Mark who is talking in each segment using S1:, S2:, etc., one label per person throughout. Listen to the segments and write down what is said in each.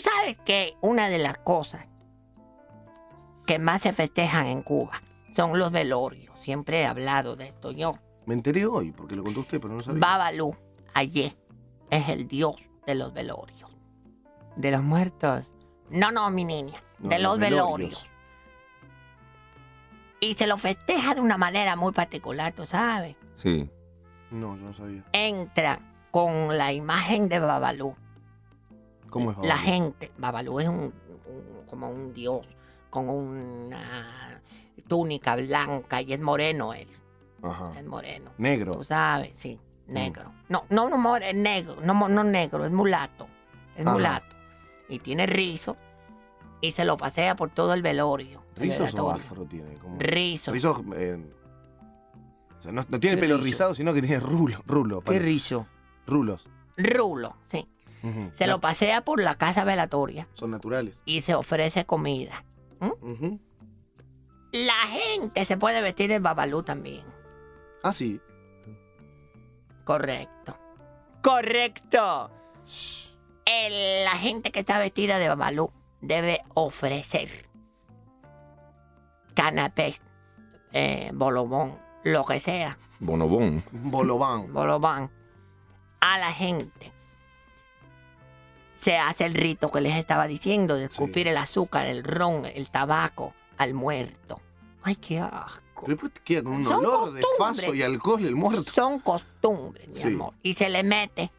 S1: sabes que una de las cosas que más se festejan en Cuba son los velorios. Siempre he hablado de esto yo.
S2: Me enteré hoy, porque lo contó usted, pero no sabía.
S1: Babalú, ayer, es el dios de los velorios. De los muertos. No, no, mi niña.
S2: No,
S1: de
S2: los
S1: los velorios. Y se lo festeja de una manera muy particular, tú sabes.
S3: Sí.
S2: No, yo no sabía.
S1: Entra con la imagen de Babalú.
S2: ¿Cómo es
S1: La
S2: Babalú?
S1: gente, Babalú es un, un- como un dios con una túnica blanca y es moreno él,
S2: Ajá.
S1: es moreno.
S2: Ah. Negro. Mm.
S1: Tú sabes, sí, negro. No, no, no, more- es negro, no, mo- no negro, es mulato, es
S2: Ajá.
S1: mulato. Y tiene rizo y se lo pasea por todo el velorio. el
S2: ¿Rizos o
S1: velatorio.
S2: afro tiene? Como...
S1: Rizos.
S2: Rizos. eh, o sea, no, no tiene el
S1: ¿Qué
S2: pelo
S1: rizo?
S2: rizado, sino que tiene rulo, rulo.
S4: ¿Qué
S2: pare-
S4: rizo?
S2: rulos.
S1: Rulo, sí.
S2: Ujú.
S1: Se lo pasea por la casa velatoria
S2: Son naturales.
S1: y se ofrece comida.
S2: Ujú.
S1: La gente se puede vestir de babalú también.
S2: Ah, sí.
S1: Correcto. Correcto. El- la gente que está vestida de babalú debe ofrecer canapés, eh, bolobón, lo que sea,
S3: Bonobón.
S2: Un Bolobán.
S1: bolobán, a la gente. Se hace el rito que les estaba diciendo de escupir el azúcar, el ron, el tabaco al muerto. Ay, qué asco.
S2: Pero después te queda con un
S1: Son
S2: olor de
S1: costumbres.
S2: faso y alcohol el muerto.
S1: Son costumbres, mi
S2: Sí.
S1: amor. Y se le mete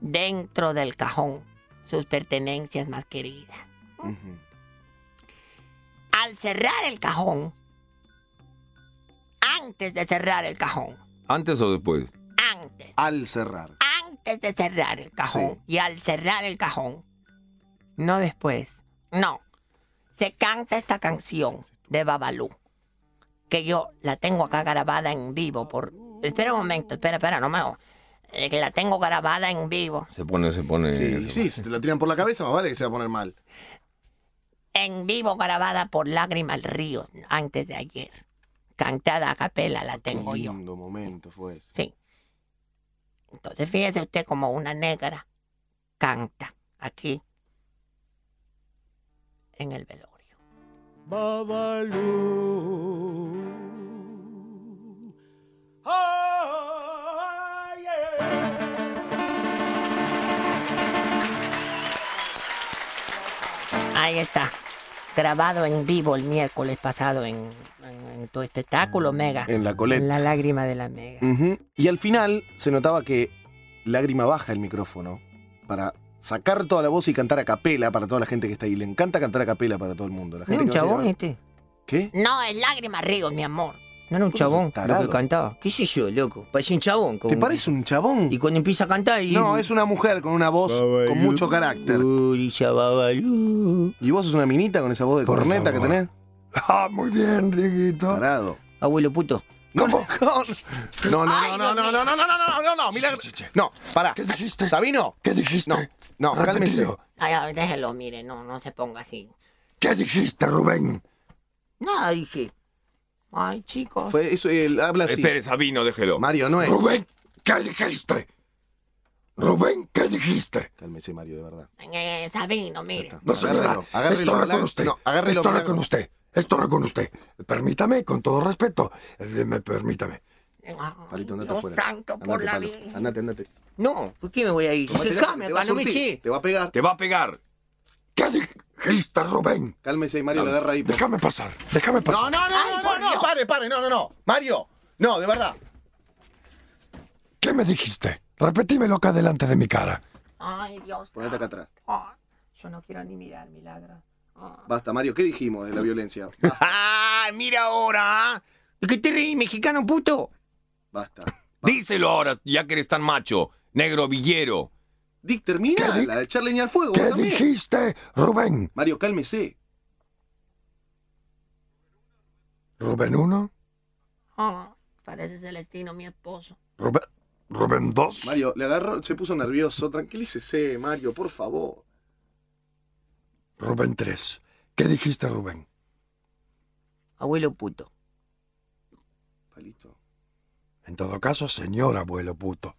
S1: dentro del cajón sus pertenencias más queridas.
S2: Ujú.
S1: Al cerrar el cajón, antes de cerrar el cajón,
S3: ¿Antes o después?
S1: antes,
S2: Al cerrar.
S1: antes de cerrar el cajón, y al cerrar el cajón, no después, no, se canta esta canción de Babalú, que yo la tengo acá grabada en vivo por... Espera un momento, espera, espera, no me... eh, La tengo grabada en vivo.
S3: Se pone, se pone.
S2: Sí,
S3: se
S2: sí, si te lo tiran por la cabeza, más vale que se va a poner mal.
S1: en vivo grabada por Lágrimas Ríos antes de ayer. Cantada a capela la tengo
S2: Qué
S1: yo.
S4: Mm.
S2: lindo momento fue ese.
S1: Sí. Entonces fíjese usted como una negra canta aquí en el velorio.
S5: Babalú. Ay, eh.
S1: Ahí está. Grabado en vivo el miércoles pasado en, en- en tu
S4: Mm,
S1: espectáculo, Mega.
S2: En la coleta.
S1: En la lágrima de la Mega.
S2: Ujú. Y al final se notaba que Lágrima baja el micrófono para sacar toda la voz y cantar a capela para toda la gente que está ahí. Le encanta cantar a capela para todo el mundo. La
S4: No era
S2: gente
S4: un
S2: que va a ir a
S4: chabón este.
S2: ver- ¿Qué?
S1: No, es Lágrimas Ríos, mi amor.
S4: No era un
S2: Vos sos
S4: chabón lo
S2: tarado.
S4: que cantaba. ¿Qué sé yo, loco? Parecía un chabón.
S2: ¿Te parece un chabón?
S4: Y cuando empieza a cantar y...
S2: No, es una mujer con una voz con mucho carácter.
S4: Orilla Babalú.
S2: ¿Y vos sos una minita con esa voz de
S4: Por
S2: corneta que
S4: favor.
S2: tenés?
S4: Ah, muy bien, Dieguito.
S2: Parado.
S4: Abuelo puto.
S2: ¿Cómo? No, no,
S1: Ay,
S2: no, no, no,
S1: Dios
S2: no, no, no, no, no, no, no, milagro. No, pará.
S6: ¿Qué dijiste?
S2: Sabino.
S6: ¿Qué dijiste?
S2: No, no, cálmese.
S6: Repetilo.
S1: Ay, ay, déjelo, mire, no, no se ponga así.
S6: ¿Qué dijiste, Rubén?
S1: Nada dije. Ay, chicos.
S2: Fue eso, él habla así.
S3: Espere, Eh, Sabino, déjelo.
S2: Mario, no es.
S6: Rubén, ¿qué dijiste? Rubén, ¿qué dijiste?
S2: Cálmese, Mario, de verdad.
S1: Eh, Sabino, mire.
S6: No, señora,
S2: Agárrelo, agárrelo,
S6: esto no
S2: Milagro.
S6: con usted.
S2: No, agárrelo,
S6: esto no
S2: Milagro.
S6: con usted. Esto no con usted. Permítame, con todo respeto, eh, me permítame.
S2: Palito, andate
S1: Dios
S2: afuera.
S1: santo,
S2: Andate,
S1: por la
S2: Pablo.
S1: vida.
S2: Andate, andate.
S4: No, ¿por qué me voy a ir?
S2: Tomate gato,
S4: Dejame,
S2: te va a
S4: pa, no me
S2: surtir,
S4: eché.
S2: Te va a pegar.
S3: Te va a pegar.
S6: ¿Qué dijiste, Rubén?
S2: Cálmese, Mario, lo agarra ahí.
S6: Déjame pasar, déjame
S2: No,
S6: pasar.
S2: no,
S1: Ay,
S2: no, no,
S1: por
S2: no, no,
S1: Dios.
S2: pare, pare, no, no, no. Mario, no, de verdad.
S6: ¿Qué me dijiste? Repetime loca delante de mi cara.
S1: Ay, Dios.
S2: Ponete acá atrás.
S1: Ay, yo no quiero ni mirar, milagro. Ah, Ay.
S2: Basta, Mario, ¿qué dijimos de la violencia?
S4: ¡Ah, mira
S2: ¿eh?
S4: ahora! ¿De qué te reí, mexicano puto?
S2: Basta.
S3: Díselo ahora, ya que eres tan macho. Negro villero.
S2: Dick, termina
S6: ¿Qué di-
S2: la de echar leña al fuego.
S6: ¿Qué
S2: vos también.
S6: dijiste, Rubén?
S2: Mario, cálmese.
S6: ¿Rubén 1?
S1: Ay, ah, parece Celestino, mi esposo.
S6: Rubén, Rubén 2.
S2: Mario, le agarró, se puso nervioso. Tranquilícese, Mario, por favor.
S6: Rubén 3. ¿Qué dijiste, Rubén?
S4: Abuelo puto.
S2: Palito.
S6: En todo caso, señor abuelo puto.